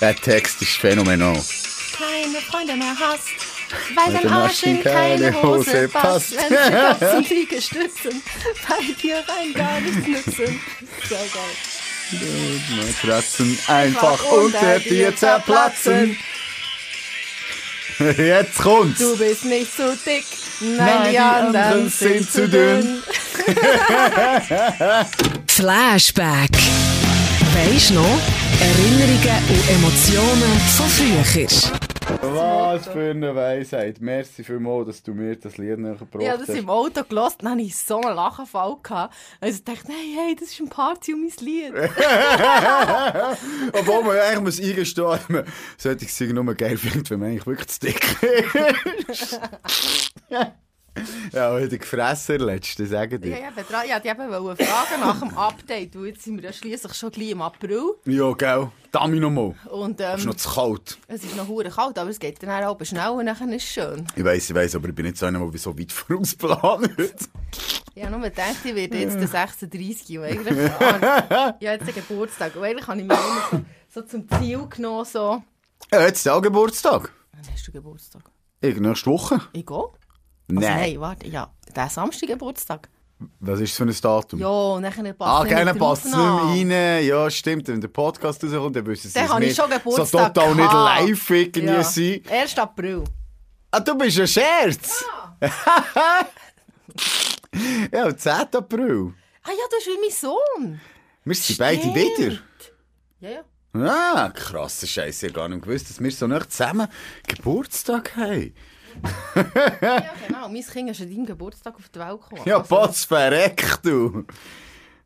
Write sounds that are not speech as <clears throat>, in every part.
Der Text ist phänomenal. keine Freunde mehr hast, weil Mit dein dem Arsch in keine Hose passt, passt. wenn sie <laughs> auf den Liegestützen bei dir rein gar nicht nützen. So geil. Matratzen einfach unter dir zerplatzen. Jetzt kommt's. Du bist nicht zu dick, nein, Nein, die, die anderen, anderen sind sind, zu zu dünn. dünn. Flashback. Weisst noch? Erinnerungen und Emotionen von früher. Was für eine Weisheit. Merci vielmals, dass du mir das Lied näher gebracht Ich habe das im Auto gelassen, dann hatte ich so einen Lachenfall. Gehabt. Also ich dachte, hey, hey, das ist ein Party um mein Äh. Lied. Obwohl man eigentlich muss eingestehen muss, sollte ich es nur geil findet, wenn man eigentlich wirklich zu dick ist. ja, heute gefressen letzte, sagen Ich dir. wollte eben dran- ich wollte eben wollen fragen nach dem Update, weil jetzt sind wir ja schliesslich schon gleich im April. Ja, gell. Dami noch mal. Und Ist ähm, noch zu kalt. es ist noch hure kalt, aber es geht dann auch schnell und dann ist es schön. Ich weiss, ich weiss, aber ich bin nicht so einer, der so weit <laughs> vorausplanet. Ja, nur gedacht, ich werde jetzt Hm. der 36 und eigentlich keine Ahnung. ich habe jetzt den Geburtstag. Und eigentlich habe ich mir immer so, so zum Ziel genommen, so... ja, jetzt ist auch Geburtstag. Wann hast du Geburtstag? Ich, nächste Woche? Ich gehe? Also, Nein. nein, warte, ja. Der Samstag Geburtstag. Was ist das für ein Datum? Ja, und dann passt Ah, gerne mit der passt es nicht Aufnahme. mehr rein. Ja, stimmt. Wenn der Podcast rauskommt, dann wissen sie Dann es habe ich nicht. schon Geburtstag So total nicht gehabt. live irgendwie Ja. sein. 1. April. Ah, du bist ein Scherz! <laughs> Ja, ja 10. April. Ah ja, du bist wie mein Sohn. Wir sind beide wieder. Ja, ja. Ah, krasser Scheiß. Ich habe gar nicht gewusst, dass wir so nah zusammen Geburtstag haben. Ja, genau. Mein Kind ist an deinem Geburtstag auf die Welt gekommen. Ja, Also, Potz verreckt, du.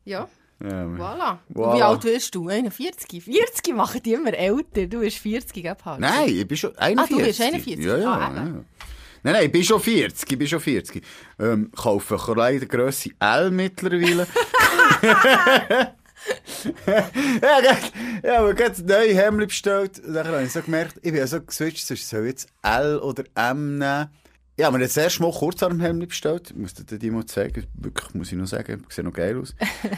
Ja, Ja. voilà. Voilà. Und wie alt wirst du? 41? 40 machen die immer älter. Du bist 40, gell, Paul? Nein, ich bin schon 41. Ah, du bist 41. Ja, ja, Ah, ja. eben. Nein, nein, ich bin schon 40. Ich bin schon 40. Ähm, kaufe Kleidergrösse L mittlerweile. ja, gell. ja, aber gerade neue Hemd bestellt. Und dann habe ich so gemerkt, ich bin ja so geswitcht, zwischen soll ich jetzt L oder M nehmen. Ja, aber das erste Mal kurz am Hemd bestellt. Ich muss dir das mal zeigen. Wirklich, muss ich noch sagen. Sieht noch geil aus.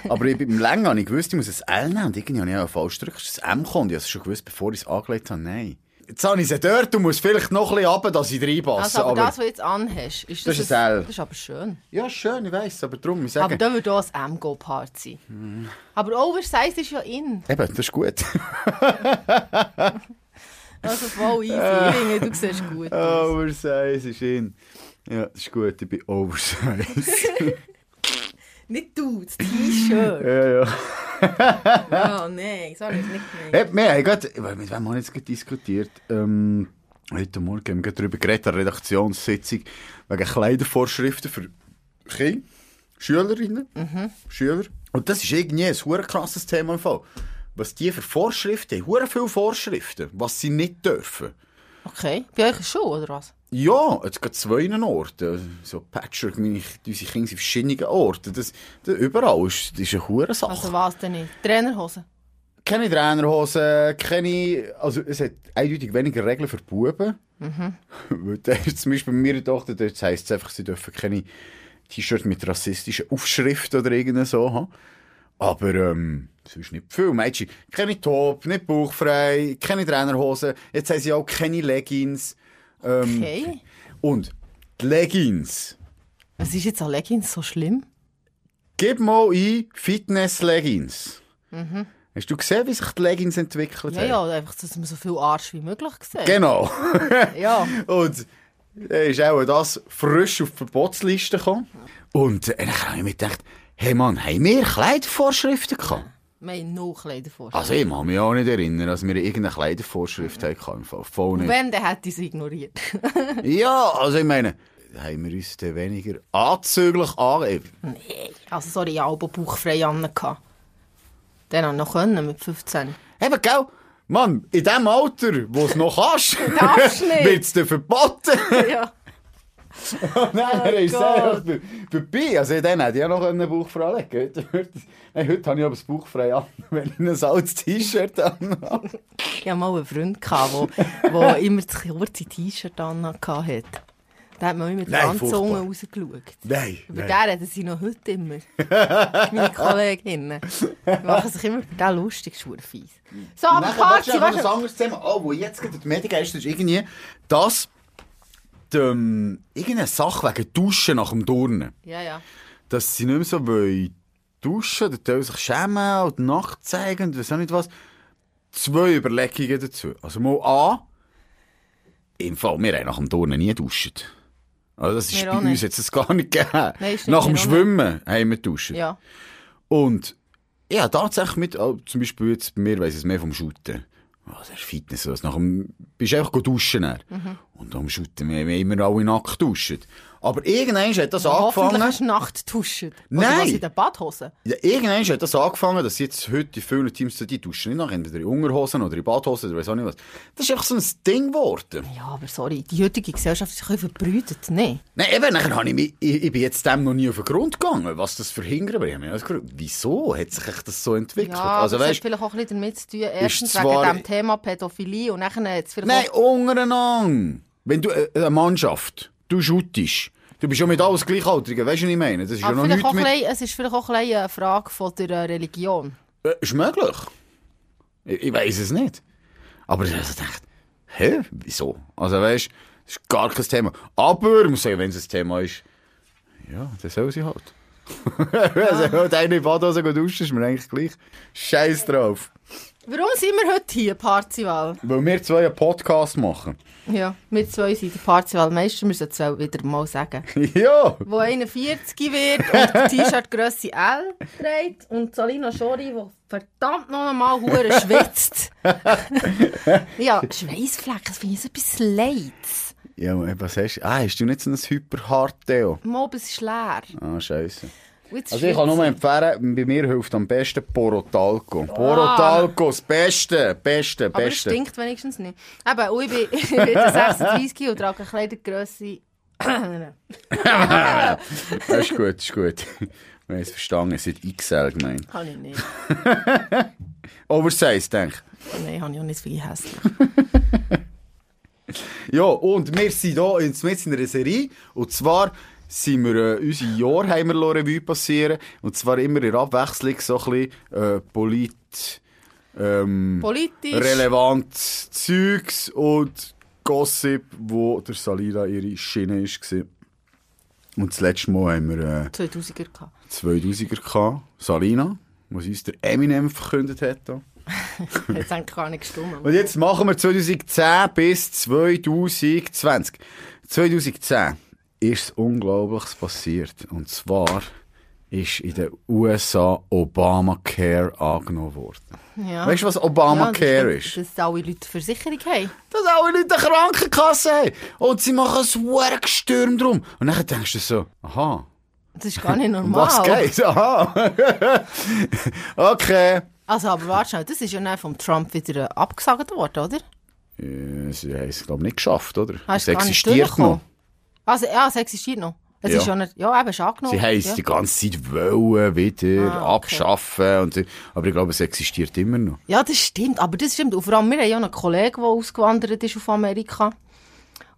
aber ich bin im Länge habe ich gewusst, ich muss ein L nehmen. Und irgendwie habe ich auch falsch gedrückt. Es ist ein M kommt. Ich habe es schon gewusst, bevor ich es angelegt habe. Nein. Jetzt habe ich es dort. Du musst vielleicht noch ein bisschen runter, dass ich reinpasse. Also, aber, das, was du jetzt anhast, ist Das das, ist ein L. Das ist aber schön. ja, schön, ich weiss. Aber darum, ich Aber sage... da würde auch ein M go Part sein. Hm. Aber Oversize ist ja in. Eben, das ist <laughs> gut. Also voll easy. <laughs> Ich finde, du siehst gut Oh. aus. Oversize ist in. Ja, das ist gut, ich bin Oversize. Nicht du, <laughs> das T-Shirt. ja, ja. Oh nein, sorry, ist nicht gemeint. Hey, wir haben gerade, weil mit wem haben wir jetzt gerade diskutiert? Ähm, heute Morgen haben wir gerade darüber geredet, an der Redaktionssitzung, wegen Kleidervorschriften für Kinder, Schülerinnen, Schüler. Und das ist irgendwie ein hure krasses Thema im Fall. Was die für Vorschriften haben, hure viele Vorschriften, was sie nicht dürfen. Okay, bei euch ist schon, oder was? Ja, jetzt geht zwei an Orten. So Patchwork, meine, unsere Kinder sind verschiedene Orten. Das, das, überall ist, das ist eine hure Sache. Also was denn nicht? Trainerhosen? keine Trainerhosen, keine. Also, es hat eindeutig weniger Regeln für die Buben. Mhm. <laughs> Weil da ist zum Beispiel bei meiner Tochter, das heisst es einfach, sie dürfen keine T-Shirts mit rassistischen Aufschriften oder irgend so haben. Aber, ähm, sonst nicht viel. Mädchen, keine Top, nicht bauchfrei, keine Trainerhosen. Jetzt haben sie auch keine Leggings. Ähm, Okay. Und die Leggings. Was ist jetzt an Leggings so schlimm? Gib mal ein Fitness-Leggings. Hast du gesehen, wie sich die Leggings entwickelt Mhm. Ja, haben? ja, einfach, dass man so viel Arsch wie möglich sieht. Genau. Ja. Und dann ist auch das frisch auf die Verbotsliste gekommen. Und äh, dann habe ich mir gedacht, hey Mann, haben wir Kleidervorschriften gehabt? Wir haben null Kleider vor. Also ich kann mich auch nicht erinnern, dass wir irgendeine Kleidervorschrift hatten. im Fall. Voll nicht. Wenn, dann hätte ich sie ignoriert. <laughs> Ja, also ich meine, haben wir uns dann weniger anzüglich an... Also sorry, ich habe aber bauchfrei an. Den habe ich noch können, <laughs> mit 15. Eben, gell? Mann, in dem Alter, wo es noch kannst, <laughs> Darfst nicht. wird es dir verboten. ja. Nein, er ist Oh Gott. einfach für- vorbei. Also dann hätte ich auch noch einen Bauch frei anlegen können. Heute, nein, heute habe ich aber das Bauch frei an, <laughs> wenn ich ein altes T-Shirt anhabe. Ich hatte mal einen Freund, der wo, wo immer das kurze T-Shirt an hatte. Da hat man immer mit der Nein, Handzunge furchtbar. rausgeschaut. Nein. Über nein. den reden sie noch heute immer. <laughs> Meine Kolleginnen. Die machen sich immer über den lustig, schwur fies. So, aber Nachher warte, Karzi, ich habe noch weißt ein du... anderes Thema. Oh, wo jetzt gerade die Mediengeist ist irgendwie, dass die, ähm, irgendeine Sache wegen Duschen nach dem Turnen, Ja, ja. dass sie nicht mehr so wollen duschen, oder die sich schämen oder Nacht zeigen, und weiss auch nicht was. Zwei Überlegungen dazu. Also mal A, im Fall, wir haben nach dem Turnen nie duschen. Also das ist Wir bei auch nicht. uns jetzt das gar nicht gegeben. Nein, ist nicht, nach wir dem auch Schwimmen haben wir duschen. Ja. Und ja, tatsächlich mit, oh, zum Beispiel jetzt bei mir weiss ich es mehr vom Shooten. Oh, das ist Fitness. Also nach dem, bist einfach go duschen. dann. Mhm. Und am Shooten, wir haben immer alle nackt duschen. Aber irgendwann hat das Hoffentlich angefangen. hast du Nacht duschen. Nein. Oder was in den Badhosen. Ja, irgendwann hat das angefangen, dass jetzt heute in vielen Teams so die duschen nicht nach, entweder in Unterhosen oder in Badhosen oder weiss auch nicht was. Das ist einfach so ein Ding geworden. Ja, aber sorry, die heutige Gesellschaft ist ein bisschen verbrütet, ne? Nein, eben, nachher habe ich mich, ich, ich bin jetzt dem noch nie auf den Grund gegangen, was das verhindern will. Ich habe mich also gefragt, wieso hat sich echt das so entwickelt? Ja, also, das weißt- hat vielleicht auch ein bisschen damit zu tun. Erstens wegen zwar- dem Thema Pädophilie und dann jetzt vielleicht Nein, auch... untereinander. Wenn du äh, eine Mannschaft, du schuttest, du bist ja mit alles Gleichaltrigen, weißt du, was ich meine? Das ist ja Aber noch Ah, vielleicht nichts auch ein mit... bisschen, es ist vielleicht auch ein bisschen eine Frage von der äh, Religion. Äh, ist möglich. Ich, ich weiß es nicht. Aber ich habe so gedacht, hä, wieso? Also weißt du, das ist gar kein Thema. Aber, ich muss sagen, wenn es ein Thema ist, ja, dann soll sie <laughs> halt. also, wenn einer in Badhose geht duschen, ist mir eigentlich gleich. Scheiß drauf. Warum sind wir heute hier, Parzival? Weil wir zwei einen Podcast machen. Ja, wir zwei sind der Parzivalmeister, wir sollten es auch wieder mal sagen. <laughs> ja! Wo 41 <laughs> wird und die T-Shirt-Grösse L trägt und Salina Schori, die verdammt noch einmal hure <laughs> schwitzt. ja, Schweißflecken, das finde ich so etwas Leids. Ja, was hast du? Ah, hast du nicht so ein Hyperhard-Deo? Mob es ist leer. Ah, scheiße. Und jetzt Also ich kann nur schwitze empfehlen, bei mir hilft am besten Porotalco. Porotalco, das Beste, Beste, Aber es Beste. stinkt wenigstens nicht. Eben, und ich bin, <laughs> ich bin jetzt 36 und trage eine Kleidergrösse. <clears throat> Das ist gut, das ist gut. Wir haben es verstanden, es ist XL gemeint. Kann ich nicht. Oversize, denke ich. Nein, habe ich auch nicht viel hässlich. Hm. Ja, und wir sind hier in, mitten in einer Serie. Und zwar sind wir äh, unsere Jahre haben wir lassen Revue passieren. Und zwar immer in Abwechslung so ein bisschen äh, polit... Ähm, Politisch. relevant Zeugs und Gossip, wo der Salida ihre Schiene war. Und das letzte Mal haben wir äh, 2000er gehabt. 2000er gehabt, Salina, was uns der Eminem verkündet hat. da. Jetzt eigentlich gar nicht gestummen. Und jetzt machen wir 2010 bis 2020. 2010 ist Unglaubliches passiert. Und zwar ist in den USA Obamacare angenommen worden. Ja. Weißt du, was Obamacare ja, ist? Dass alle Leute Versicherung haben. dass alle Leute eine Krankenkasse haben. Und sie machen ein hohes Gestürm drum. Und dann denkst du so, aha, Das ist <laughs> gar nicht um normal. was geht's? Aha. <laughs> okay. Also, aber warte schnell, das ist ja dann vom Trump wieder äh, abgesagt worden, oder? Äh, Sie haben es, glaube ich, nicht geschafft, oder? Hast es du gar nicht existiert noch. durchgekommen? Also, ja, es existiert noch. Es Ja. ist ja nicht, ja, eben, es ist angenommen. Sie haben es ja. die ganze Zeit wollen, wieder Ah, okay. abschaffen. Und, so. aber ich glaube, es existiert immer noch. ja, das stimmt, aber das stimmt. Und vor allem, wir haben ja einen Kollegen, der ausgewandert ist auf Amerika.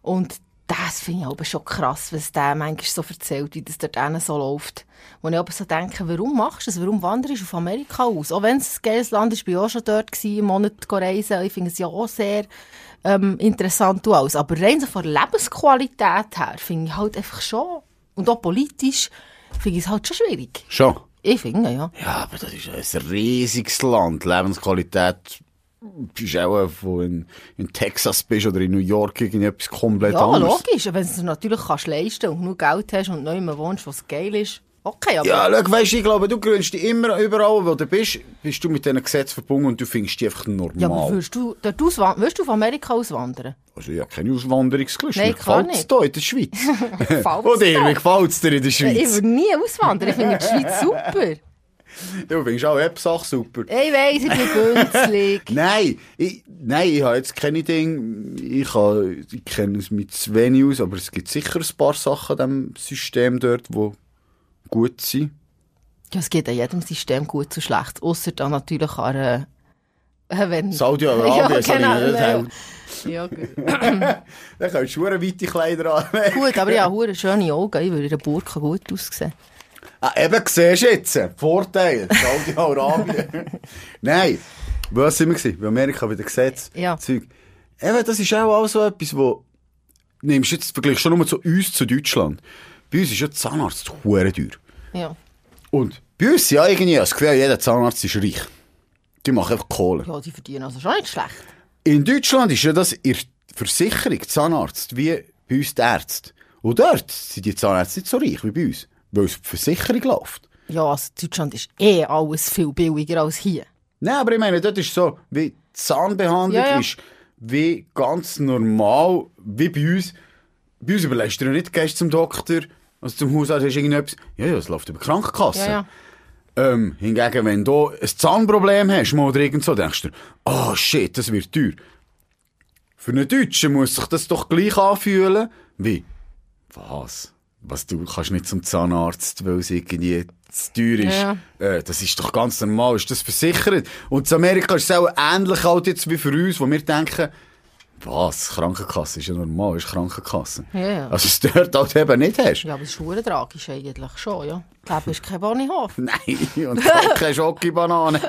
Und das finde ich aber schon krass, was der manchmal so erzählt, wie das dort hinten so läuft. Wo ich aber so denke, warum machst du das? Warum wanderst du auf Amerika aus? Auch wenn es ein geiles Land ist, ich bin auch schon dort gewesen, einen Monat reisen. Ich finde es ja auch sehr ähm, interessant und alles. Aber rein so von der Lebensqualität her finde ich halt einfach schon, und auch politisch, finde ich es halt schon schwierig. Schon. Ich finde, ja. Ja, aber das ist ein riesiges Land. Die Lebensqualität ist auch, wo du in, in Texas bist oder in New York, irgendetwas komplett Ja, anderes. logisch. Wenn du es natürlich kannst leisten und genug Geld hast und noch immer wohnst, was geil ist. Okay, aber Ja, schau, weißt, ich glaube, du gründest dich immer überall, wo du bist, bist du mit diesen Gesetzen verbunden und du findest die einfach normal. Ja, aber würdest du, dort auswan- würdest du von Amerika auswandern? Also, ich habe keine Auswanderungsgelüste. Nein, Mir klar gefällt es nicht. hier in der Schweiz. <laughs> Gefällt's Und dir, dir? mir gefällt es dir in der Ich Schweiz. würde nie auswandern. Ich finde die Schweiz super. Du findest auch Websache super. Ich weiss, ich bin <laughs> günstig. Nein, ich, nein, ich habe jetzt keine Ding. Ich, habe- ich kenne es mit zu wenig aus, aber es gibt sicher ein paar Sachen in diesem System dort, die gut sind. ja, es geht an jedem System gut zu schlecht. Außer dann natürlich an... Äh, äh, wenn... Saudi-Arabien, ja, sorry, genau, das ja. hält- Ja, gut. Dann kannst du verdammt weite Kleider anlegen. gut, aber ja, hure schöne Augen. Ich würde in der Burka gut aussehen. <laughs> Ah, eben, siehst du jetzt. Vorteil. <laughs> Saudi-Arabien. Nein. Was sind wir gewesen? Bei Amerika, bei den Gesetzen. Ja. Zeug. Eben, das ist auch, auch so etwas, wo... Nimmst du jetzt vergleichst schon nur zu uns, zu Deutschland. Bei uns ist ja Zahnarzt hure teuer. Ja. Und bei uns, ja, irgendwie, also, ich habe das Gefühl, jeder Zahnarzt ist reich. Die machen einfach Kohle. ja, die verdienen also schon nicht schlecht. In Deutschland ist ja das ihr Versicherung, Zahnarzt, wie bei uns die Ärzte. Und dort sind die Zahnärzte nicht so reich wie bei uns, weil es die Versicherung läuft. Ja, also Deutschland ist eh alles viel billiger als hier. Nein, aber ich meine, dort ist so, wie die Zahnbehandlung Ja, ja. ist wie ganz normal, wie bei uns. Bei uns überlegst du dir nicht, gehst zum Doktor, also zum Hausarzt, hast du irgendetwas. Ja, ja, es läuft über die Krankenkasse. Ja, ja. Ähm, hingegen, wenn du ein Zahnproblem hast, mal oder irgend so, denkst du, dir, ah shit, das wird teuer. Für einen Deutschen muss sich das doch gleich anfühlen, wie, was? Was, du kannst nicht zum Zahnarzt, weil es irgendwie zu teuer ist. Ja. Äh, das ist doch ganz normal, ist das versichert? Und in Amerika ist es auch ähnlich halt jetzt wie für uns, wo wir denken, was, Krankenkasse ist ja normal, ist Krankenkasse. Ja, ja. Also es dort halt eben nicht hast. Ja, aber es ist hure tragisch eigentlich schon, ja. Leben ist kein Ponyhof. <laughs> Nein, <laughs> und auch keine Schokibanane.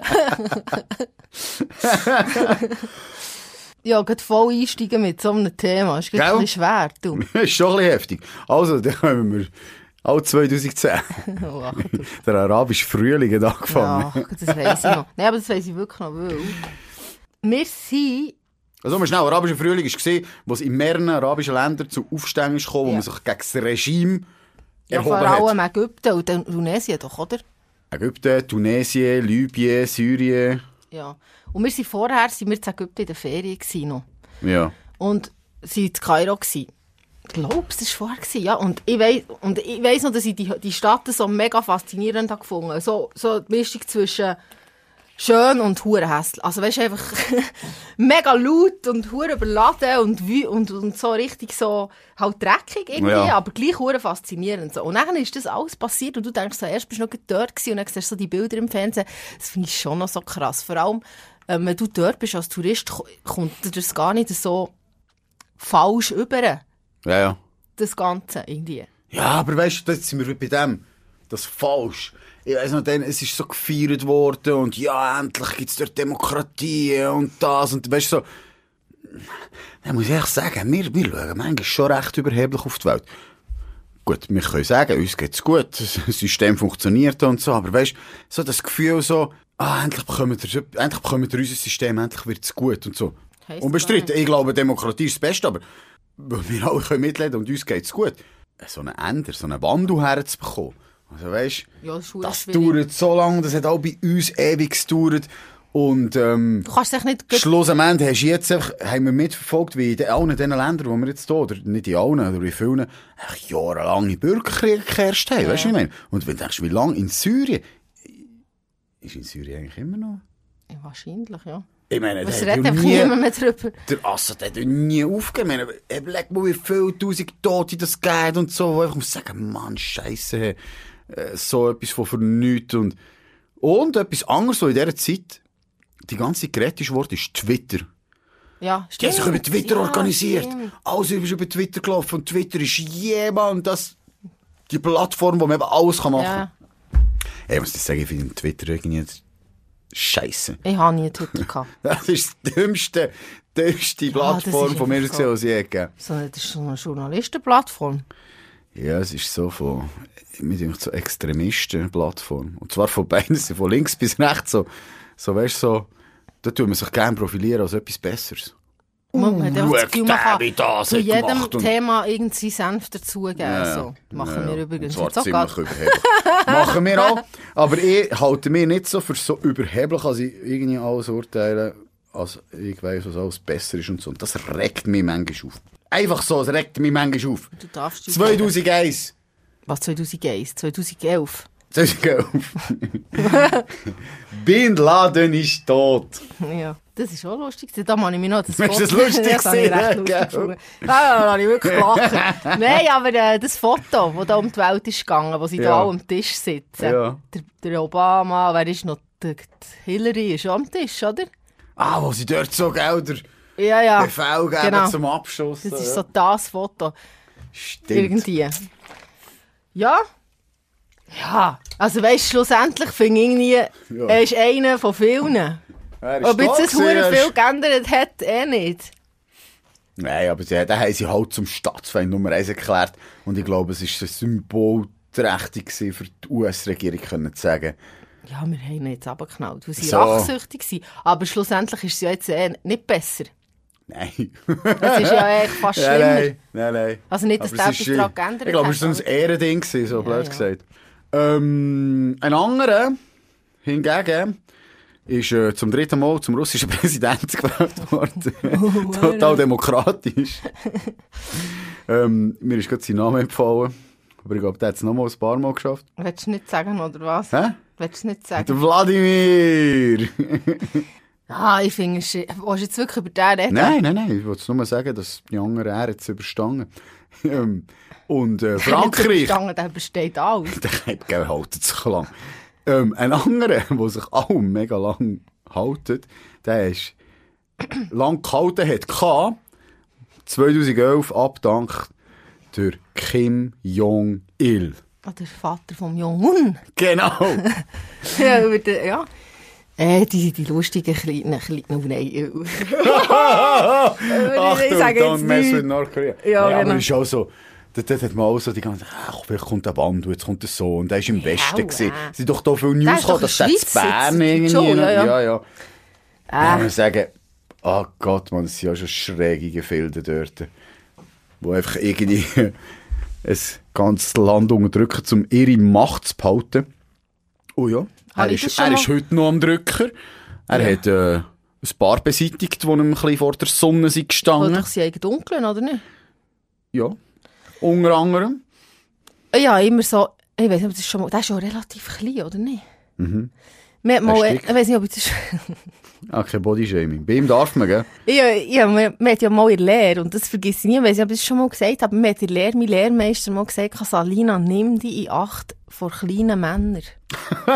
Ja, gerade voll einsteigen mit so einem Thema. Ist gerade Gell? ein bisschen schwer, du. Das <laughs> ist schon ein bisschen heftig. Also, dann kommen wir auch 2010. Oh, ach, du. <laughs> Der arabische Frühling hat angefangen. Ja, das weiss ich noch. Nein, aber das weiss ich wirklich noch, weil... Wir sind... <laughs> Also, mal schnell, arabischer Frühling war gesehen, wo es in mehreren arabischen Ländern zu Aufständen kam, wo Ja. man sich gegen das Regime Ja, vor erhoben hat. allem Ägypten und dann Tunesien doch, oder? Ägypten, Tunesien, Libyen, Syrien. Ja. Und wir sind vorher, sind wir in Ägypten in der Ferien gewesen noch. Ja. und sie in Kairo gsi. Glaubst du, das war vorher gsi, ja. Und ich weiss, und ich weiss noch, dass ich die, die Stadt so mega faszinierend habe gefunden habe. So, so die Mischung zwischen schön und hure hässlich. Also weißt du, einfach <laughs> mega laut und hure überladen und, wü- und, und so richtig so halt dreckig irgendwie, Ja. aber gleich hure faszinierend. So. Und dann ist das alles passiert und du denkst so, erst bist du noch gerade dort gewesen und dann siehst du so die Bilder im Fernsehen. Das finde ich schon noch so krass. Vor allem, ähm, wenn du dort bist als Tourist, ko- kommt dir das gar nicht so falsch über, Ja, ja. das Ganze irgendwie. Ja, aber weißt du, jetzt sind wir wieder bei dem. Das ist falsch. Ich weiss noch, dann, es ist so gefeiert worden und ja, endlich gibt's dort Demokratie und das und weißt du so. Dann muss ich echt sagen, wir, wir schauen manchmal schon recht überheblich auf die Welt. Gut, wir können sagen, uns geht's gut, <laughs> das System funktioniert und so, aber weißt du, so das Gefühl so, ah, endlich bekommen wir, endlich bekommen wir unser System, endlich wird's gut und so. Heisst Unbestritten. Ich glaube, Demokratie ist das Beste, aber weil wir alle können mitleben und uns geht's gut. So einen Änder, so einen Wandel herzubekommen. Also weißt Ja, das ist verdammt das schwierig. dauert so lange, das hat auch bei uns ewig gedauert. Und ähm, Du kannst dich nicht... gut- Schluss am Ende hast du jetzt einfach, haben wir mitverfolgt, wie in den- allen diesen Ländern, wo wir jetzt hier, oder nicht in allen, oder in vielen, echt jahrelange Bürgerkriege geherrscht haben. Weißt du, wie ich meine? Und wenn du denkst, wie lange in Syrien, ist in Syrien eigentlich immer noch? Ja, wahrscheinlich, ja. Ich meine, Was der hat redet ja einfach nie- niemand mehr drüber. Der Assad hat ja nie aufgegeben. Ich meine, überleg mal, wie viele tausend Tote das geht und so. Wo ich einfach muss sagen, Mann, Scheiße, äh, so etwas von für nichts. Und, und etwas anderes, was in dieser Zeit die ganze Gerät ist worden, ist Twitter. Ja, Die haben stimmt. sich über Twitter Ja, organisiert. stimmt. Alles ist über Twitter gelaufen. Und Twitter ist jemand, das, die Plattform, wo man eben alles kann machen kann. Ja, Ey, Ich muss dir sagen, ich finde Twitter irgendwie Scheiße. <laughs> ich habe nie Twitter gehabt. Das ist die dümmste, dümmste Plattform Ah, ist von mir, einfach gesehen, die es je gegeben Sondern das ist so eine Journalistenplattform. Ja, es ist so von, mit denkt so Extremisten-Plattform. Und zwar von beiden, <laughs> Seiten, von links bis rechts, so, so weißt du, so, da tut man sich gerne profilieren als etwas Besseres. Man hat einfach Uh, schau das Gefühl, der, man kann wie das zu hat jedem gemacht und- Thema irgendwie Senf dazugeben. Ja, so. Machen ja, wir ja. übrigens Und jetzt auch zwar ziemlich gerade. überheblich. <laughs> Machen wir auch. Aber ich halte mich nicht so für so überheblich, als ich irgendwie alles urteile, als ich weiss, was alles besser ist und so. Und das regt mich manchmal auf. Einfach so, es regt mich manchmal <laughs> auf. Du darfst dich- 2001. Was, 2001? 2011? 2011. <laughs> Bin Laden ist tot. Ja. Das ist auch lustig. Da habe ich mich noch das Ist das <laughs> lustig das habe ich gewesen, recht ja, lustig gell? gefunden. Ja, da habe ich <laughs> wirklich gelacht. Nein, aber äh, das Foto, das da um die Welt ist gegangen, wo sie Ja. da alle am Tisch sitzen. Ja. Der, der Obama, wer ist noch? Die die Hillary ist auch am Tisch, oder? Ah, wo sie dort so, gell, der, Ja, ja. Befehl geben genau. zum Abschuss. Das ist ja. so das Foto. Stimmt. Irgendwie. Ja. Ja. Also weißt du, schlussendlich finde ich irgendwie, er ist einer von vielen. Er ist Ob da jetzt das gewesen, er Huren ist- viel geändert hat, eh nicht. Nein, aber sie, den haben sie halt zum Staatsfeind Nummer 1 erklärt. Und ich glaube, es war eine Symbolträchtig gewesen, für die US-Regierung können zu sagen. Ja, wir haben ihn jetzt abgeknallt, weil sie So. rachsüchtig waren. Aber schlussendlich ist es ja jetzt eh nicht besser. Nein. Es ist ja eh fast nein, schlimmer. nein, nein, nein. Also nicht, dass Aber der es ist- etwas daran geändert Ich glaube, hat, es war so ein aber- Ehrending, gewesen, so blöd ja. gesagt. Ähm, ein anderer hingegen ist äh, zum dritten Mal zum russischen <laughs> Präsidenten gewählt <laughs> worden. Oh, Total demokratisch. ähm, mir ist gerade sein Name empfohlen. Aber ich glaube, der hat es nochmal ein paar Mal geschafft. Willst du nicht sagen, oder was? Hä? Willst du nicht sagen? Der Wladimir! <laughs> Ah, ich finde es... Willst du jetzt wirklich über den reden? Nein, nein, nein, ich wollte nur sagen, dass die anderen er jetzt überstanden. <laughs> Ähm, Und äh, Frankreich, Der Stange, der besteht alles. der hat gehalten zu lang. Ähm, ein anderer, <laughs> der sich auch mega lang haltet, der ist lang gehalten hat, kann dus 2011 abdankt durch Kim Jong-il. Ah, der Vater vom Jungen. <laughs> Genau! ja, über den, ja. Äh, die, die lustigen kleinen, Äh, kleinen, nein. Achtung, ich sage don't jetzt mess with nichts. North Korea. Ja, Nein, aber genau. es ist auch so, dort, dort hat man auch so die ganze ach, vielleicht kommt der Band, jetzt kommt der Sohn, der ist im Westen aua. gewesen. Es sind doch da viele News ist doch gekommen, dass der in in Schweiz Bern sitzt. irgendwie... Schon, ja, ja. ja, ja. Ich Ah, muss sagen, oh Gott, man, es sind ja schon schräge Gefilde dort, wo einfach irgendwie <laughs> ein ganzes Land unterdrücken, um ihre Macht zu behalten. Oh ja, er Habe ich das ist, schon er mal- ist heute noch am Drücker. Er hat äh, ein paar beseitigt, die ihm ein bisschen vor der Sonne sind wollte gestanden. doch sie eigentlich dunkeln, oder nicht? Ja, unter anderem. Ah Ja, immer so. Ich weiß nicht, ob das ist schon mal. Der ist schon relativ klein, oder nicht? Mhm. Mir hat mal, Ein ich Stück. weiß nicht, ob ich das. Ah, kein Bodyshaming. Bei ihm darf man, gell? ja, ja, man, man hat ja mal in der Lehre, und das vergiss ich nie, ich weiß nicht, ob ich das schon mal gesagt habe, aber mir hat in der Lehre, mein Lehrmeister mal gesagt, Salina, nimm dich in Acht vor kleinen Männern. der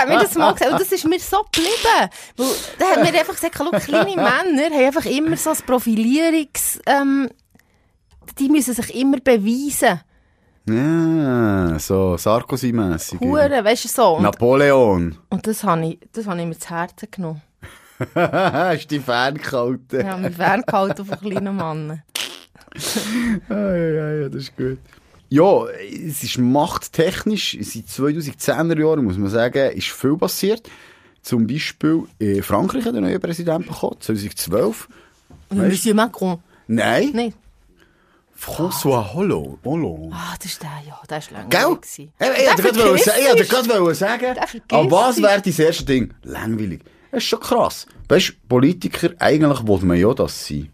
hat mir das mal gesagt, und das ist mir so geblieben. Weil, der hat mir einfach gesagt, schau, kleine Männer haben einfach immer so ein Profilierungs... Ähm, die müssen sich immer beweisen. Ja, Ah, so Sarkozy-mässig. Huren, weißt du, so. Nou. Und, Napoleon. <laughs> und das habe ich, das habe ich mir zu Herzen genommen. Hast du dich ferngehalten? Ich habe mich ferngehalten von kleinen Männern. Ja, ja, ja, ja, das ist gut. Ja, es ist machttechnisch, seit 2010er Jahren, muss man sagen, ist viel passiert. Zum Beispiel, in Frankreich hat einen neuen Präsidenten bekommen, 2012. Monsieur Macron. Nein, Nein. François Hollande. Hollande. Ah, das ist der, ja, der ist länger Gell? gewesen. Ich ich hätte Der gerade wollen vergisst sagen- ich hätte gerade wollen sagen, Der vergisst aber was sich. wäre das erste Ding? Langweilig. Das ist schon krass. Weißt du, Politiker, eigentlich wollte man ja, dass sie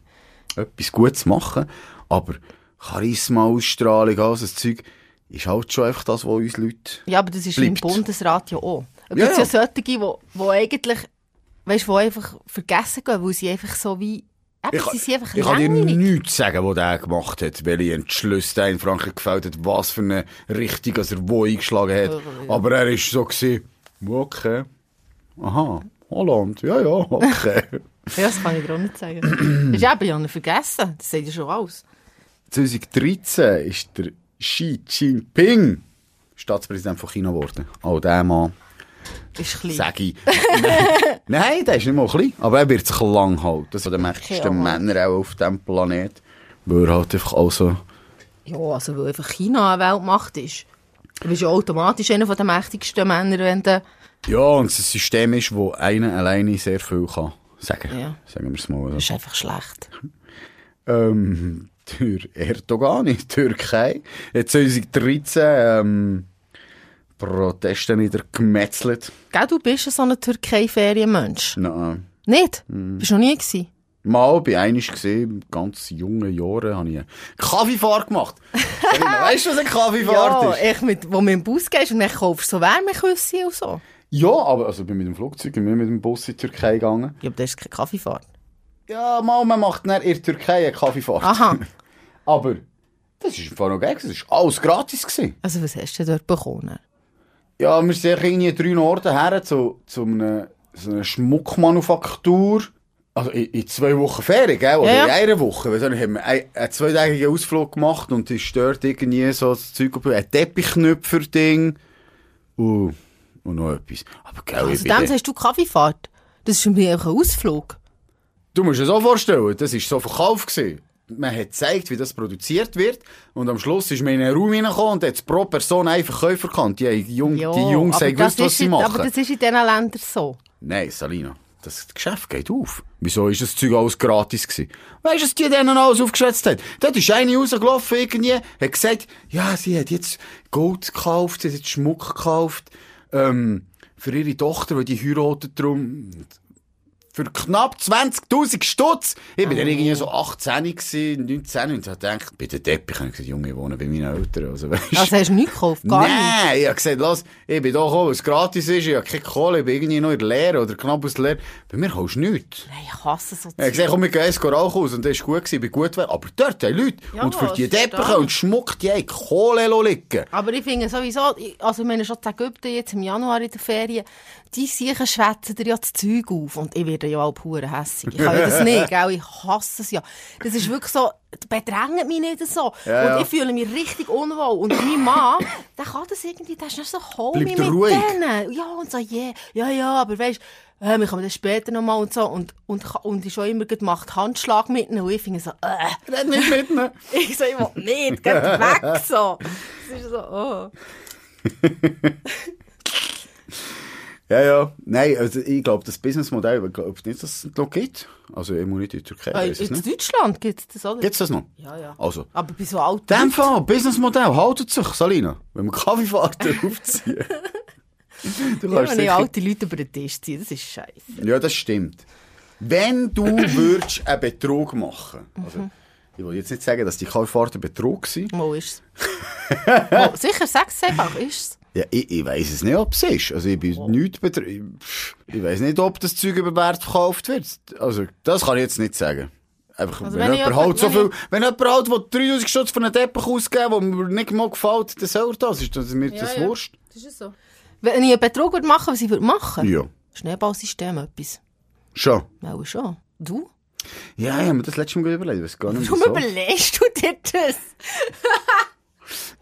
etwas Gutes machen, aber Charisma, Ausstrahlung, alles das Zeug, ist halt schon einfach das, was uns Leute... Ja, aber das ist im bleibt. Bundesrat ja oh. auch. Da Ja, gibt es ja. ja solche, die, die eigentlich, weißt, die einfach vergessen gehen, weil sie einfach so wie, eben, sie sind einfach ich kann dir langweilig. nichts sagen, was der gemacht hat, welche Entschlüsse der in Frankreich gefällt hat, was für eine Richtung also er wo eingeschlagen hat. Aber er war so, gewesen, okay, aha, Holland, ja, ja, okay. Ja, das kann ich dir auch nicht sagen. <clears throat> das ist eben Dus ja nicht vergessen. Das sagt ja schon alles. 2013 ist der Xi Jinping Staatspräsident von China geworden. Auch der Mann, Ist klein. sag <laughs> ich. Nein. Nein, der ist nicht mal klein, aber er wird sich lang halten. Das sind die mächtigsten Okay, oh aber- Männer auch auf diesem Planeten. Weil er halt einfach auch so... Ja, also weil einfach China eine Weltmacht ist. Du bist ja automatisch einer von den mächtigsten Männern, wenn du... Ja, und es ist ein System ist, wo einer alleine sehr viel kann sagen. Ja. Sagen wir es mal Das so. ist einfach schlecht. Ähm, der Erdogan in der Türkei hat 2013 ähm, Proteste niedergemetzelt. Gell, du bist so ein Türkei-Ferienmensch. Nein. Nicht? Mm. Bist du noch nie gewesen? Mal bei einisch gesehen, ganz jungen Jahren, habe ich eine Kaffeefahrt gemacht. weißt du, was eine Kaffeefahrt ist? echt mit, wo du mit dem Bus gehst und dann kaufst du so Wärmeküsse und so. Ja, aber also ich bin mit dem Flugzeug, ich bin mit dem Bus in die Türkei gegangen. Ja, aber das ist keine Kaffeefahrt. Ja, mal, man macht dann in der Türkei eine Kaffeefahrt. Aha. <laughs> Aber das ist im Fall noch geil, gewesen. das war alles gratis. Gewesen. Also was hast du denn dort bekommen? Ja, wir sind irgendwie in drei Orten her zu, zu einer, so einer Schmuckmanufaktur, Also in, in zwei Wochen Ferien, gell? Oder Ja, ja. in einer Woche. Weil dann haben wir einen, einen zweitägigen Ausflug gemacht und die stört irgendwie so das Zeug, auf- ein Teppichknüpfer-Ding uh, und noch etwas. Aber gell, ich Also bin dem dann- sagst du Kaffeefahrt. Das ist für mich einfach ein Ausflug. Du musst dir so vorstellen, das war so Verkauf. Gewesen. Man hat gezeigt, wie das produziert wird und am Schluss ist man in einen Raum reingekommen und hat pro Person einen Verkäufer gekannt. Die, haben- die Jung, Ja, die Jungs aber haben das gewusst, was ist sie in- machen. Aber das ist in diesen Ländern so. Nein, Salina, das Geschäft geht auf. Wieso ist das Zeug alles gratis gewesen? Weißt du, was die denen alles aufgeschwätzt hat? Dort ist eine rausgelaufen irgendwie, hat gesagt, ja, sie hat jetzt Gold gekauft, sie hat jetzt Schmuck gekauft, ähm, für ihre Tochter, weil die heiratet drum. Für knapp 20.000 Stutz. Ich bin dann irgendwie so 18, gewesen, 19 und hab gedacht, bei den Teppich, ich hab gesagt, Junge, ich wohne bei meinen Eltern, also weißt Also hast du nichts gekauft, gar nicht. Nein, ich habe gesagt, lass, ich bin doch gekommen, weil es gratis ist, ich habe keine Kohle, ich bin irgendwie noch in der Lehre oder knapp aus der Lehre. Bei mir kaufst du nichts. Nein, ich hasse so Ich habe gesagt, komm, wir gehen ins Koralhaus und das war gut, gewesen, ich bin gut gewesen. Aber dort haben Leute, Ja, und für die das Deppen verstehe und Schmuck, die haben Kohle liegen Aber ich finde sowieso, ich- also ich meine schon die Ägypter jetzt im Januar in der Ferien, die Siechen schwätzen dir ja das Zeug auf und ich werde ja auch pure hässig. Ich kann ja <laughs> das nicht, gell? ich hasse es ja. Das ist wirklich so, das bedrängt mich nicht so. Ja, und ja. ich fühle mich richtig unwohl. Und mein Mann, der kann das irgendwie, der ist nicht so homie Bleibt mit ruhig. denen. Ja, und so, yeah, ja, ja, aber weißt äh, wir kommen dann später nochmal und so. Und, und, und ich schon immer gut macht Handschlag mit ihnen und ich finde so, <laughs> äh. Red nicht mit <laughs> mir. Ich so, ich will nicht, geht weg so. Das ist so, oh. Ja, ja. Nein, also ich glaube, das Businessmodell, ich glaube nicht, dass es noch gibt. Also ich muss nicht in die Türkei, Äh, weiss es in nicht. Deutschland gibt es das, oder? Gibt es das noch? Ja, ja. Also. Aber bei so alten In dem Fall, Businessmodell, haltet sich, Salina. Wenn wir Kaffeefahrten <laughs> aufziehen. Du Leuten, wenn ich sicher- alte Leute über den Tisch ziehe, das ist scheiße. Ja, das stimmt. Wenn <clears throat> du würdest einen Betrug machen also, ich will jetzt nicht sagen, dass die Kauffahrten Betrug sind. Wo ist <laughs> es? Mal, sicher, sag's einfach, ist Ja, ich, ich weiß es nicht, ob es ist. Also ich bin nicht betr- Ich, ich weiß nicht, ob das Zeug über Wert verkauft wird. Also das kann ich jetzt nicht sagen. Einfach, Also wenn, wenn ich jemand jemand- halt so viel, wenn wenn jemand halt will 3000 Stutz für einen Teppich ausgeben, der mir nicht mal gefällt, dann soll er das. Ist das mir das ja. Wurst? Das ist so. Wenn ich einen Betrug würde machen, was ich würde machen? Ja, Schneeballsystem etwas. schon. Mal schon. Du? Ja, ich habe mir das letzte Mal überlegt. Ich weiss gar nicht, Warum wieso. überlegst du dir das?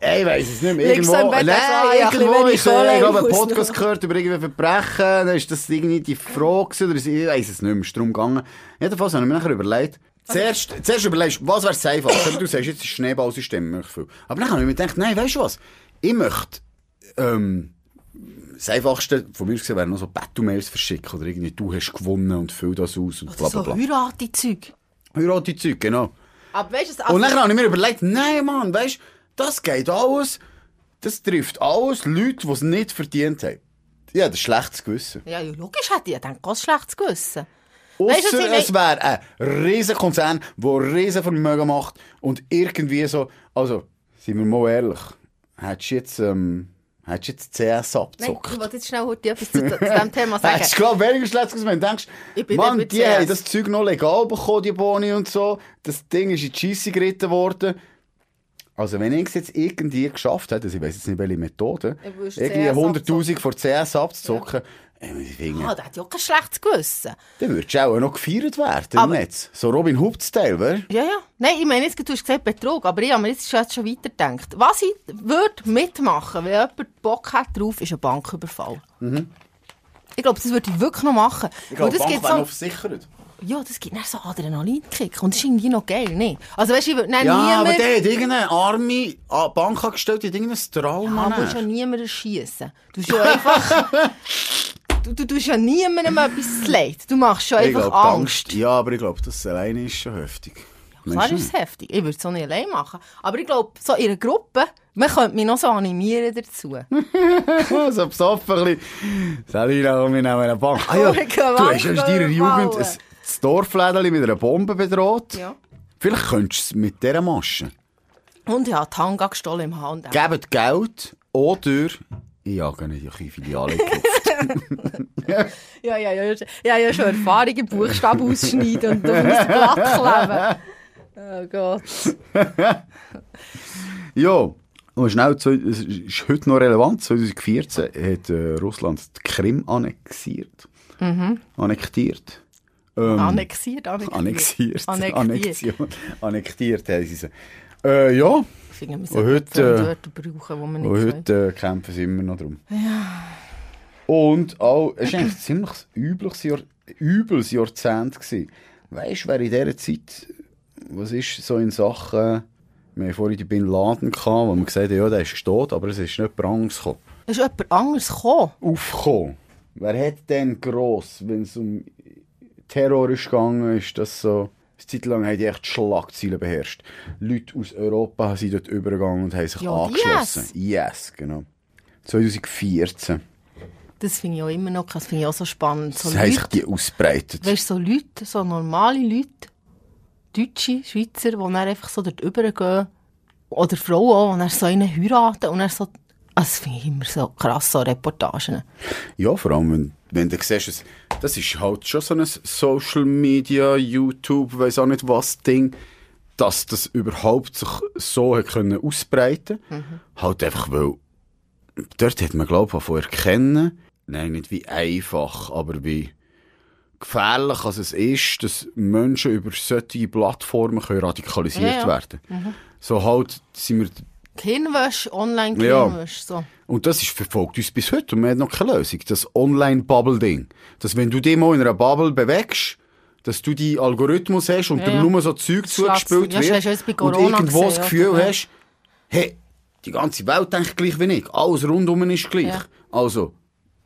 Ey, Ich weiss es nicht mehr. Liegst Irgendwo, du am Bett nein, und sagst, ah, ja, ein bisschen irgendwo wenig ist äh, Kohle ich habe einen im Haus Podcast noch. gehört über irgendwie Verbrechen, dann ist das irgendwie die Frage gewesen, oder ich weiss es nicht mehr, ist darum gegangen. Jedenfalls habe ich mir nachher überlegt, zuerst, zuerst überlegst du, was wäre das Einfachste? du sagst, jetzt ist Schneeballsystem, möchte viel. Aber dann habe ich mir gedacht, nein, weißt du was, ich möchte, ähm, das Einfachste von mir gesehen wäre noch so Battle-Mails verschicken oder irgendwie, du hast gewonnen und füll das aus und bla bla so bla. Heirate-Zeug. Heirate Zeug, genau. Aber weißt du, Und also, dann habe ich mir überlegt, nein, Mann, weißt das geht alles, das trifft alles Leute, die es nicht verdient haben. Ja, das ist schlechtes Gewissen. ja, ja, logisch hätte ich ja dann ganz schlechtes Gewissen. Weisst du, was Ausser ich es wäre ein riesen Konzern, der riesen Vermögen macht und irgendwie so, also, sind wir mal ehrlich, hättest du jetzt, ähm, hättest du jetzt CS Nein, ich abgezockt? wollte jetzt schnell heute etwas zu, zu diesem Thema <laughs> sagen. Hättest du, glaube weniger schlechtes Gewissen, wenn du denkst, Ich bin Mann, nicht bei die CS. haben das Zeug noch legal bekommen, die Boni und so, das Ding ist in die Scheisse geritten worden. Also wenn ich es jetzt irgendwie geschafft hätte, also ich weiß jetzt nicht welche Methode, Ja, du hast irgendwie CS 100'000 vor CS abzuzocken, äh, ey, meine Ah, Finger, der hat ja auch kein schlechtes Gewissen. dann würdest du auch noch gefeiert werden Aber- im Netz. So Robin Hood-Style, wär? Ja, ja. Nein, ich meine, jetzt, du hast gesagt Betrug, aber ich habe mir jetzt schon- schon weitergedacht. Was ich würde mitmachen, wenn jemand Bock hat drauf, ist ein Banküberfall. Mhm. Ich glaube, das würde ich wirklich noch machen. Weil das gibt so, versichert. ja, das gibt dann so einen Adrenalinkick und das ist irgendwie noch geil, ne? Also weißt du, ich würde dann Ja, aber niemand... der hat irgendeine arme ah, Bankangestellte, hat irgendein Trauma. Man muss ja niemanden schießen. Du tust ja einfach... <laughs> Du, du tust ja niemandem etwas zu leid. Du machst schon Ich einfach glaub, Angst. Ja, aber ich glaube, das alleine ist schon heftig. Klar ist es heftig. Ich würde es auch nicht allein machen. Aber ich glaube, so in einer Gruppe, man könnte mich noch so animieren dazu. Hm. <laughs> Also besoffen ein bisschen. Salina, komm, wir nehmen eine Bank. Ah, ja. Oh, ich kann Du hast ja in Bank deiner Jugend überfallen. ein- das Dorflädeli mit einer Bombe bedroht. Ja. Vielleicht könntest du es mit dieser Masche. Und ich habe die Tanga gestohlen im Hand. Gebt Geld oder... Ich jage nicht in die <laughs> Filiale. Ja, ja, ja. Ich habe ja schon Erfahrung im Buchstaben ausschneiden und dann muss <laughs> ich Blatt kleben. Oh Gott. ja, und schnell, zwei- es ist heute noch relevant. 2014 eh, Mhm. hat äh, Russland die Krim annexiert. Annektiert. Ähm, Annexiert, annexiert. Annexiert. Annektiert. Annexion. Annektiert haben sie sie. Äh, ja, Finden wir Und sollten nicht heute, so äh, Wörter brauchen, die man und nicht sagt. heute äh, kämpfen sie immer noch drum. Ja. Und auch, es war eigentlich ein ziemlich übles, Jahr, übles Jahrzehnt. Gewesen. Weißt du, wer in dieser Zeit, was ist so in Sachen, wir haben vorhin den Bin Laden gehabt, wo man gesagt hat, ja, der ist gestorben, aber es ist nicht Brangs gekommen. Ist jemand anderes gekommen? aufgekommen. Wer hat denn gross, wenn es um Terror ist gegangen, ist das so... Eine Zeit lang haben die echt die Schlagzeilen beherrscht. Leute aus Europa sind dort übergegangen und haben sich Ja, angeschlossen. Yes. genau. 2014. Das finde ich auch immer noch, das finde ich auch so spannend. So Das haben sich Leute, die ausbreitet. weißt, so Leute, so normale Leute, Deutsche, Schweizer, die dann einfach so dort übergehen, oder Frauen auch, die dann so einen heiraten und dann so, also das finde ich immer so krass, so Reportagen. Ja, vor allem, wenn, wenn du siehst, es- das ist halt schon so ein Social Media, YouTube, weiß auch nicht was Ding, dass das überhaupt sich so hat können ausbreiten Mhm. Halt einfach, weil dort hat man, glaube ich, davon erkennen, nein, nicht wie einfach, aber wie gefährlich als es ist, dass Menschen über solche Plattformen können radikalisiert Ja, Mhm. ja. werden So halt sind wir Kinwäsche, Ja. Online-Kinwäsche, so. und das ist, verfolgt uns bis heute und wir haben noch keine Lösung. Das Online-Bubble-Ding. Dass wenn du dich mal in einer Bubble bewegst, dass du die Algorithmus hast und Ja, dir ja. nur so Zeug Schwarz- zugespielt Ja, das hast wird du jetzt bei und Corona irgendwo das gesehen, Gefühl oder? hast, hey, die ganze Welt denkt gleich wie ich. Alles rundum ist gleich. Ja. Also,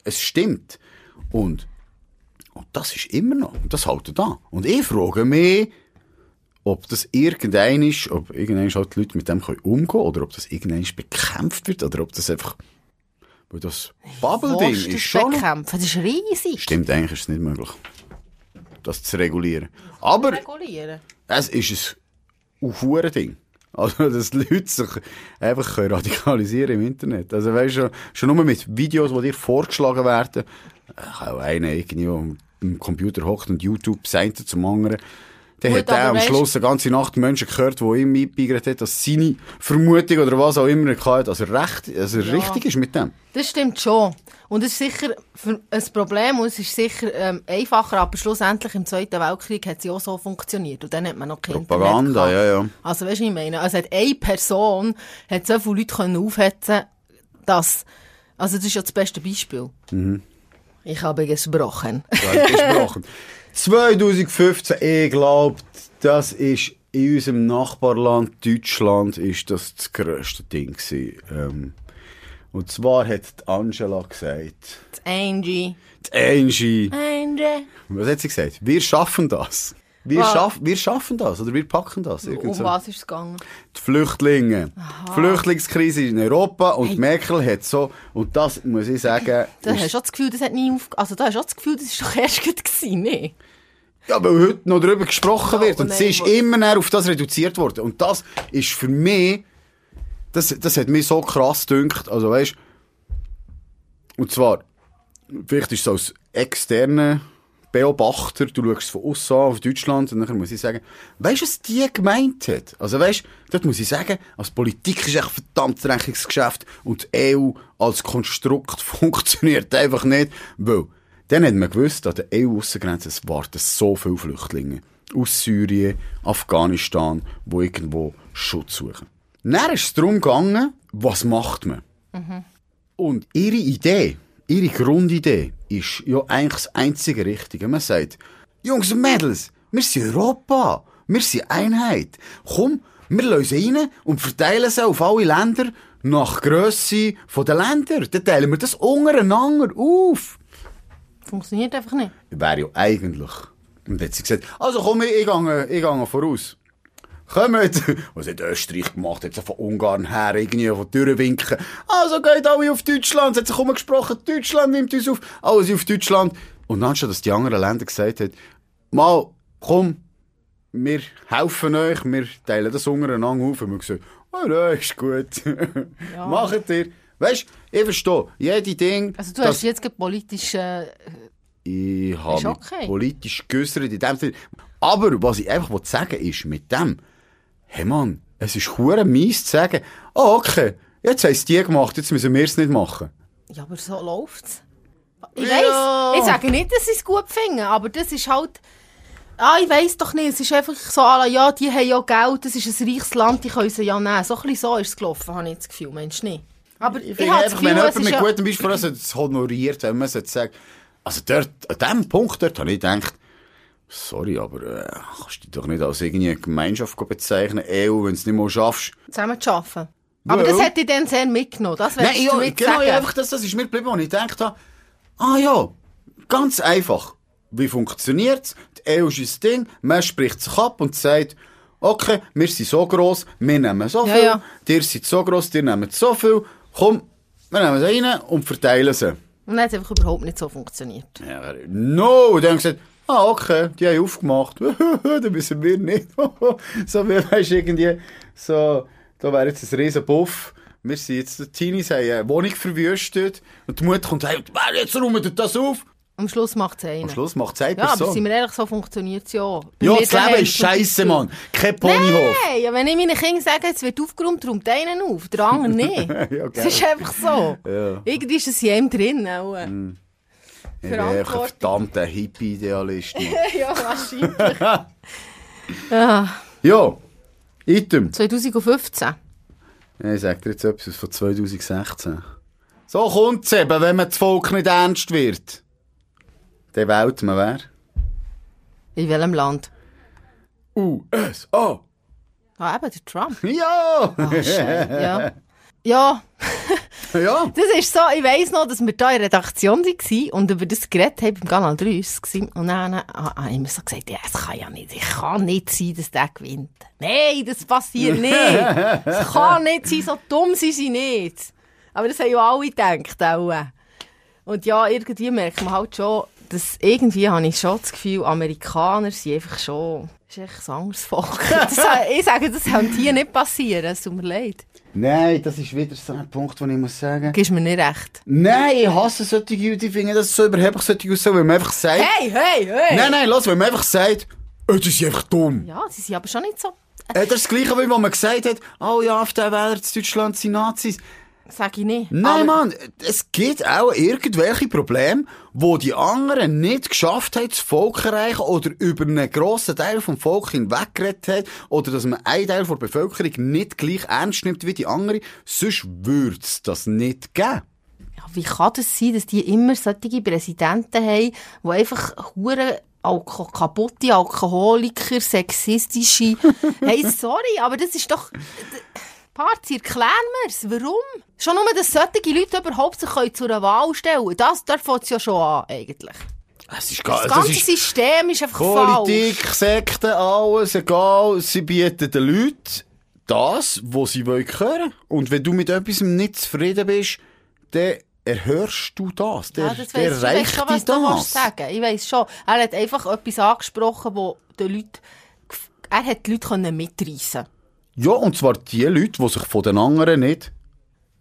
es stimmt. Und, und das ist immer noch. Und das hält da. Und ich frage mich, ob das irgendein ist, ob irgendein halt die Leute mit dem können umgehen können oder ob das irgendein bekämpft wird oder ob das einfach, weil das Bubble-Ding Willst du ist das schon, noch- bekämpfen? Das ist riesig. stimmt, eigentlich ist es nicht möglich, das zu regulieren. Aber Regulieren. es ist ein hure Ding. Also, <laughs> dass die Leute sich einfach können radikalisieren im Internet. Also, weißt du, schon- schon nur mit Videos, die dir vorgeschlagen werden, äh, kann auch einer irgendwie am am Computer hockt und YouTube sagt zum anderen, dann Gut, hat er aber am weißt- Schluss eine ganze Nacht Menschen gehört, die ihm eingebiegert hat, dass seine Vermutung oder was auch immer hatte, dass er, recht, dass er richtig ist mit dem. Das stimmt schon. Und es ist sicher für- ein Problem und es ist sicher ähm, einfacher, aber schlussendlich im Zweiten Weltkrieg hat es ja auch so funktioniert. Und dann hat man noch kein Internet Propaganda, gehabt. ja, ja. Also weißt du, was ich meine, also hat eine Person hat so viele Leute können aufhetzen dass, also das ist ja das beste Beispiel. Mhm. Ich habe gesprochen. Welt <laughs> gesprochen. 2015, ich glaube, das ist in unserem Nachbarland Deutschland ist das, das grösste Ding. Gewesen. Ähm, und zwar hat die Angela gesagt, Das Angie. die Angie, Angie. was hat sie gesagt? Wir schaffen das. Wir, Was? schaff, wir schaffen das oder wir packen das. Irgend Um so. was ist es gegangen? Die Flüchtlinge. Die Flüchtlingskrise in Europa und Merkel hat so, und das muss ich sagen, Da ist- hast du auch das Gefühl, das hat nie aufge... Also da hast du auch das Gefühl, das war doch erst gerade gewesen, ne? Ja, weil heute noch darüber gesprochen Oh, wird. Und sie nein, ist wo- immer näher auf das reduziert worden. Und das ist für mich, das, das hat mich so krass gedünkt. Also weißt und zwar, vielleicht ist es als externer Beobachter, du schaust von außen auf Deutschland und dann muss ich sagen, weißt du, was die gemeint hat? Also weißt dort muss ich sagen, als Politik ist echt verdammt dreckiges Geschäft und die EU als Konstrukt <laughs> funktioniert einfach nicht, weil dann hat man gewusst, an der EU-Aussengrenze warten so viele Flüchtlinge aus Syrien, Afghanistan, wo irgendwo Schutz suchen. Dann ist es darum gegangen, was macht man? Und ihre Idee, ihre Grundidee ist ja eigentlich das einzige Richtige. Man sagt, Jungs und Mädels, wir sind Europa, wir sind Einheit. Komm, wir lösen rein und verteilen es auf alle Länder nach Grösse der Länder. Dann teilen wir das untereinander auf. Funktioniert einfach nicht. Wäre ja eigentlich. Und dann hat sie gesagt, also komm, ich, ich, gehe, ich gehe voraus. Kommt! <laughs> Was hat Österreich gemacht? Hat sie von Ungarn her irgendwie von Türen winken. Also geht alle auf Deutschland. Es Hat sich umgesprochen, Deutschland nimmt uns auf. dus Alles auf Deutschland. Und anstatt dass die anderen Länder gesagt haben, mal, komm, wir helfen euch, wir teilen das untereinander auf. Und wir gesagt, oh nein, ist gut. <laughs> Macht ihr. Weißt du, ich verstehe, jede Ding. Also du das- hast jetzt gerade politisch... Äh, ich habe Ist mich okay. politisch geäussert in dem Sinne. Aber was ich einfach sagen will, ist mit dem, hey Mann, es ist hure mies zu sagen, ah okay, jetzt haben es die gemacht, jetzt müssen wir es nicht machen. Ja, aber so läuft's. Ich Ja. weiss, ich sage nicht, dass ich es gut finde, aber das ist halt. Ah, ich weiss doch nicht. Es ist einfach so, à la, ja, die haben ja Geld, es ist ein reiches Land, die können sie ja nehmen. So ein bisschen so ist es gelaufen, habe ich das Gefühl. Mensch, nicht. Aber ich, finde habe das einfach, wenn Gefühl, jemand es mit ist ja... gutem Beispiel also, das honoriert, wenn man sollte sagen, also dort, an diesem Punkt dort habe ich gedacht, sorry, aber äh, kannst du dich doch nicht als irgendeine Gemeinschaft bezeichnen, EU, wenn du es nicht mal schaffst. zusammen zu arbeiten. Aber Ja. das hätte ich dann sehr mitgenommen. Das werde ich ja, damit genau, sagen. ja, einfach das, das ist mir geblieben, wo ich gedacht habe, ah ja, ganz einfach. Wie funktioniert's? Die EU ist ein Ding, man spricht sich ab und sagt, okay, wir sind so gross, wir nehmen so Ja, viel, ja. ihr seid so gross, ihr nehmt so viel, komm, wir nehmen sie rein und verteilen sie. Und dann hat es einfach überhaupt nicht so funktioniert. Ja, no! Und dann haben sie gesagt, ah, okay, die haben aufgemacht. <laughs> da müssen wir nicht. <laughs> so wie, weißt du, irgendwie, so, da wäre jetzt ein riesen Buff. Wir sind jetzt, die Teenies haben eine Wohnung verwüstet. Und die Mutter kommt und sagt, wer jetzt räumt das auf? Am Schluss macht es einen. Am Schluss macht es eine Ja, aber Person. sind wir ehrlich, so funktioniert es ja. Bei ja, mir das daheim Leben ist zum scheiße, Beispiel. Mann. Kein Ponyhof. Nein, ja, wenn ich meinen Kindern sage, jetzt wird aufgeräumt, räumt der einen auf, der andere nicht. <laughs> Ja, <laughs> Das gell. ist einfach so. Ja. Irgendwie ist es in einem drin. Auch. Ich bin einfach ein Verantwortung. verdammter Hippie-Idealist. Mann. <laughs> ja, wahrscheinlich. ja, Item. 2015. Ich sag dir jetzt etwas von 2016. So kommt's eben, wenn man das Volk nicht ernst wird. Dann wählt man wer? In welchem Land? USA! Ah, eben, der Trump. Ja! ja. ja, <laughs> ja! das ist so, ich weiss noch, dass wir da in der Redaktion waren und über das geredet haben, beim Kanal 3 ist es gewesen. Und dann äh, habe ich immer so gesagt, ja, es kann ja nicht, es kann nicht sein, dass der gewinnt. Nein, das passiert nicht. <laughs> Es kann nicht sein, so dumm sind sie nicht. Aber das haben ja alle gedacht auch. Und ja, irgendwie merkt man halt schon, dass irgendwie habe ich schon das Gefühl, Amerikaner sind einfach schon, das ist echt ein anderes <laughs> Volk. Das, ich sage, das kann hier nicht passieren, es tut mir leid. Nein, das ist wieder so ein Punkt, den ich muss sagen. Gibst mir nicht recht. Nein, ich hasse solche Leute, ich finde das so überheblich, solche aussehen, weil man einfach sagt... Hey, hey, hey! Nein, nein, lass, weil man einfach sagt, äh, das ist einfach <laughs> dumm. Ja, sie sind aber schon nicht so. Äh, das ist das Gleiche, wie wenn man gesagt hat, oh ja, AfD-Wähler in Deutschland sind Nazis. Sag ich nicht. Nein, aber, Mann, es gibt auch irgendwelche Probleme, wo die anderen nicht geschafft haben, das Volk zu erreichen oder über einen grossen Teil vom Volk hinweggeredet haben oder dass man einen Teil der Bevölkerung nicht gleich ernst nimmt wie die andere, sonst würde es das nicht geben. Ja, wie kann das sein, dass die immer solche Präsidenten haben, die einfach hure Alko kaputte <laughs> Alkoholiker, sexistische... hey, sorry, aber das ist doch... Party, erklär mir's. Warum? Schon nur, dass solche Leute überhaupt sich können zur Wahl stellen können. Das, dort fängt es ja schon an, eigentlich. Es Also, ist Das ganze System ist einfach Politik, falsch. Sekten, alles, egal. Sie bieten den Leuten das, was sie wollen hören. Und wenn du mit etwas nicht zufrieden bist, dann erhörst du das. Der, Ja, das der weiss, ich weiss reicht schon, dir was du willst das. sagen. Ich weiss schon. Er hat einfach etwas angesprochen, wo den Leuten, gef- er hat die Leute können mitreissen Ja, und zwar die Leute, die sich von den anderen nicht.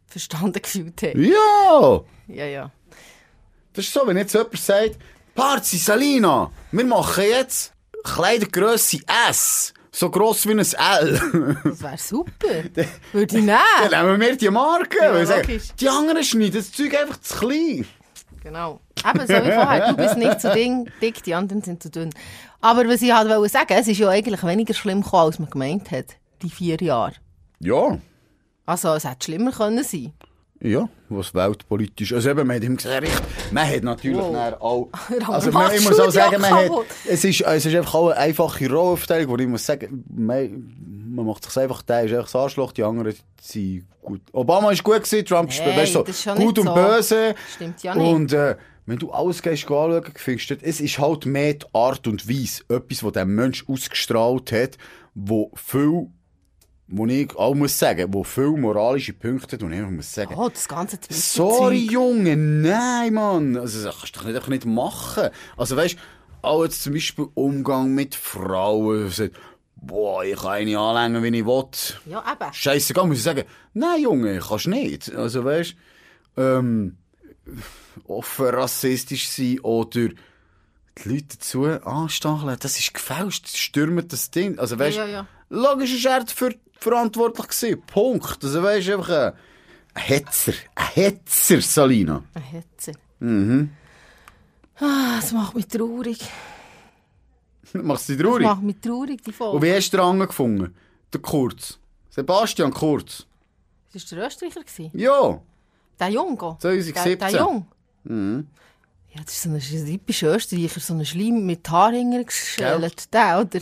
Verstanden gefühlt haben. Ja! Ja, ja. Das ist so, wenn jetzt jemand sagt, Parzi Salina, wir machen jetzt Kleidergrösse S. So gross wie ein L. <laughs> Das wäre super. Würde ich nehmen. Dann nehmen wir die Marke. weil wir sagen, logisch. die anderen schneiden das Zeug einfach zu klein. Genau. Eben, so wie vorher. Du bist nicht zu ding, dick, die anderen sind zu dünn. Aber was ich halt wollte sagen, es ist ja eigentlich weniger schlimm gekommen, als man gemeint hat. Die vier Jahre. Ja. Also, es hätte schlimmer können sein. Ja, was weltpolitisch. Also eben, man hat ihm gesagt, richtig, man hat natürlich Wow. dann <laughs> auch... Ramon Also man, ich macht muss auch Studio sagen, man hat, kaputt. es, ist, es ist einfach auch eine einfache Rollenaufteilung, wo ich muss sagen, man, man macht sich einfach, der ist einfach das Arschloch, die anderen sind gut. Obama ist gut gewesen, Trump ist Nein, weißt du, das ist so, schon gut nicht und so. böse. Stimmt ja nicht. Und äh, wenn du alles gehst, geh anschauen, findest du, es ist halt mehr die Art und Weise, etwas, was der Mensch ausgestrahlt hat, wo viel, wo ich auch muss sagen, wo viel moralische Punkte hat, und ich einfach muss sagen, Oh, das ganze Twitter-Zeug. Sorry, Junge, nein, Mann. Also, das kannst du doch nicht, einfach nicht machen. Also, weißt du, auch jetzt zum Beispiel Umgang mit Frauen. Also, boah, ich kann eine anlängen, wie ich will. Ja, eben. Scheißegal, muss ich sagen. Nein, Junge, kannst nicht. Also, weißt du, ähm, offen rassistisch sein oder die Leute dazu anstacheln, das ist gefälscht, stürmen das Ding. Also, weißt du, Ja, ja, ja. logisch ist er dafür verantwortlich gewesen. Punkt. Also, weißt du, einfach ein ein Hetzer. Ein Hetzer, <laughs> Salina. Ein Ah, Hetzer. Mhm. Ah, das macht mich traurig. Machst du dich Das traurig? macht mich traurig, die Folge. Und wie hast du dran gefunden? Der Kurz. Sebastian Kurz. Das war der Österreicher. gewesen. Ja, Der Jungo. Der, 2017. der Jung. Ja, das ist so ein das ist ein typischer Österreicher, so ein Schleim mit Haar hinterher geschält. Der, oder?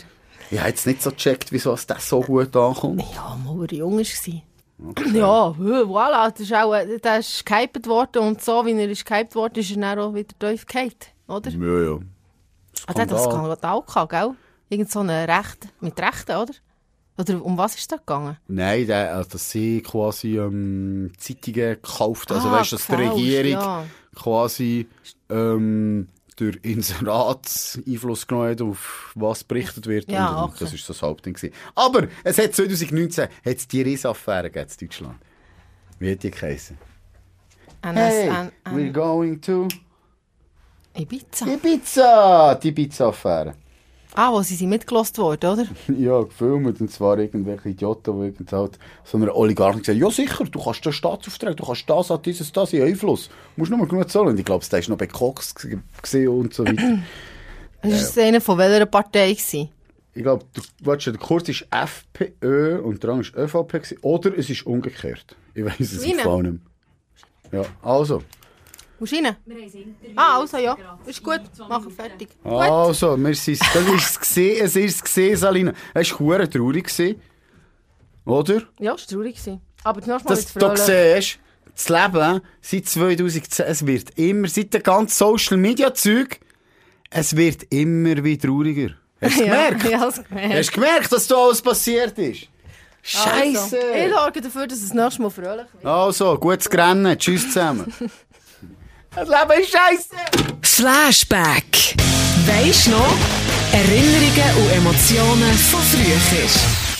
Ich habe jetzt nicht so gecheckt, wieso es das so gut ankommt. Ja, mal war er jung war. Ja, hö, voilà, das ist auch, äh, der ist gehypt worden und so, wie er ist gehypt worden, ist er dann auch wieder tief gehypt, oder? Ja, ja. Ah, der hat das Skandal gehabt, gell? Irgend so eine Recht, mit Rechten, oder? Oder um was ist das gegangen? Nein, der, also, dass sie quasi ähm, Zeitungen gekauft Also Ah, weißt du, dass die gefälscht, Regierung ja. quasi ähm, durch Inserat Einfluss genommen hat, auf was berichtet wird. Ja, und, und okay. Das ist so das Hauptding. Gewesen. Aber es hat 2019 hat's die Riss-Affäre gegeben in Deutschland. Wie hat die geheißen? NS, Hey, N- we're N- going to Ibiza. Ibiza! Die Ibiza-Affäre. Ah, wo sie sind mitgelost worden, oder? Ja, gefilmt. Und zwar irgendwelche Idioten, die irgend halt so einer Oligarchen sagen, ja sicher, du kannst den Staatsauftrag, du kannst das, hat dieses, das, in Einfluss. Du musst nur genug zahlen. Und ich glaube, der war noch bei Cox g- gewesen und so weiter. Das ist einer von welcher Partei gewesen? ich glaube, du, weißt du, der Kurs ist FPÖ und der andere ist ÖVP. Gewesen. Oder es ist umgekehrt. Ich weiß es Meine. im Fall nicht mehr. Ja, also. Musst du rein? Ah, also ja. Ist gut, machen fertig. Gut. Also, wir sind Das ist es gesehen, es ist es gesehen, Salina. Es war hure traurig. gewesen. Oder? Ja, es war traurig. gewesen. Aber zuerst mal dass jetzt du da siehst, das Leben seit 2010, es wird immer, seit dem ganzen Social Media Zeug, es wird immer wie trauriger. Hast du gemerkt? <laughs> Ja, ich hab's gemerkt. Hast du gemerkt, dass da alles passiert ist? Also, ich Scheiße! sorge dafür, dass es nächstes Mal fröhlich wird. Also, gutes Rennen, tschüss zusammen. das Leben ist scheiße! Flashback. Weisst noch? Erinnerungen und Emotionen von früher.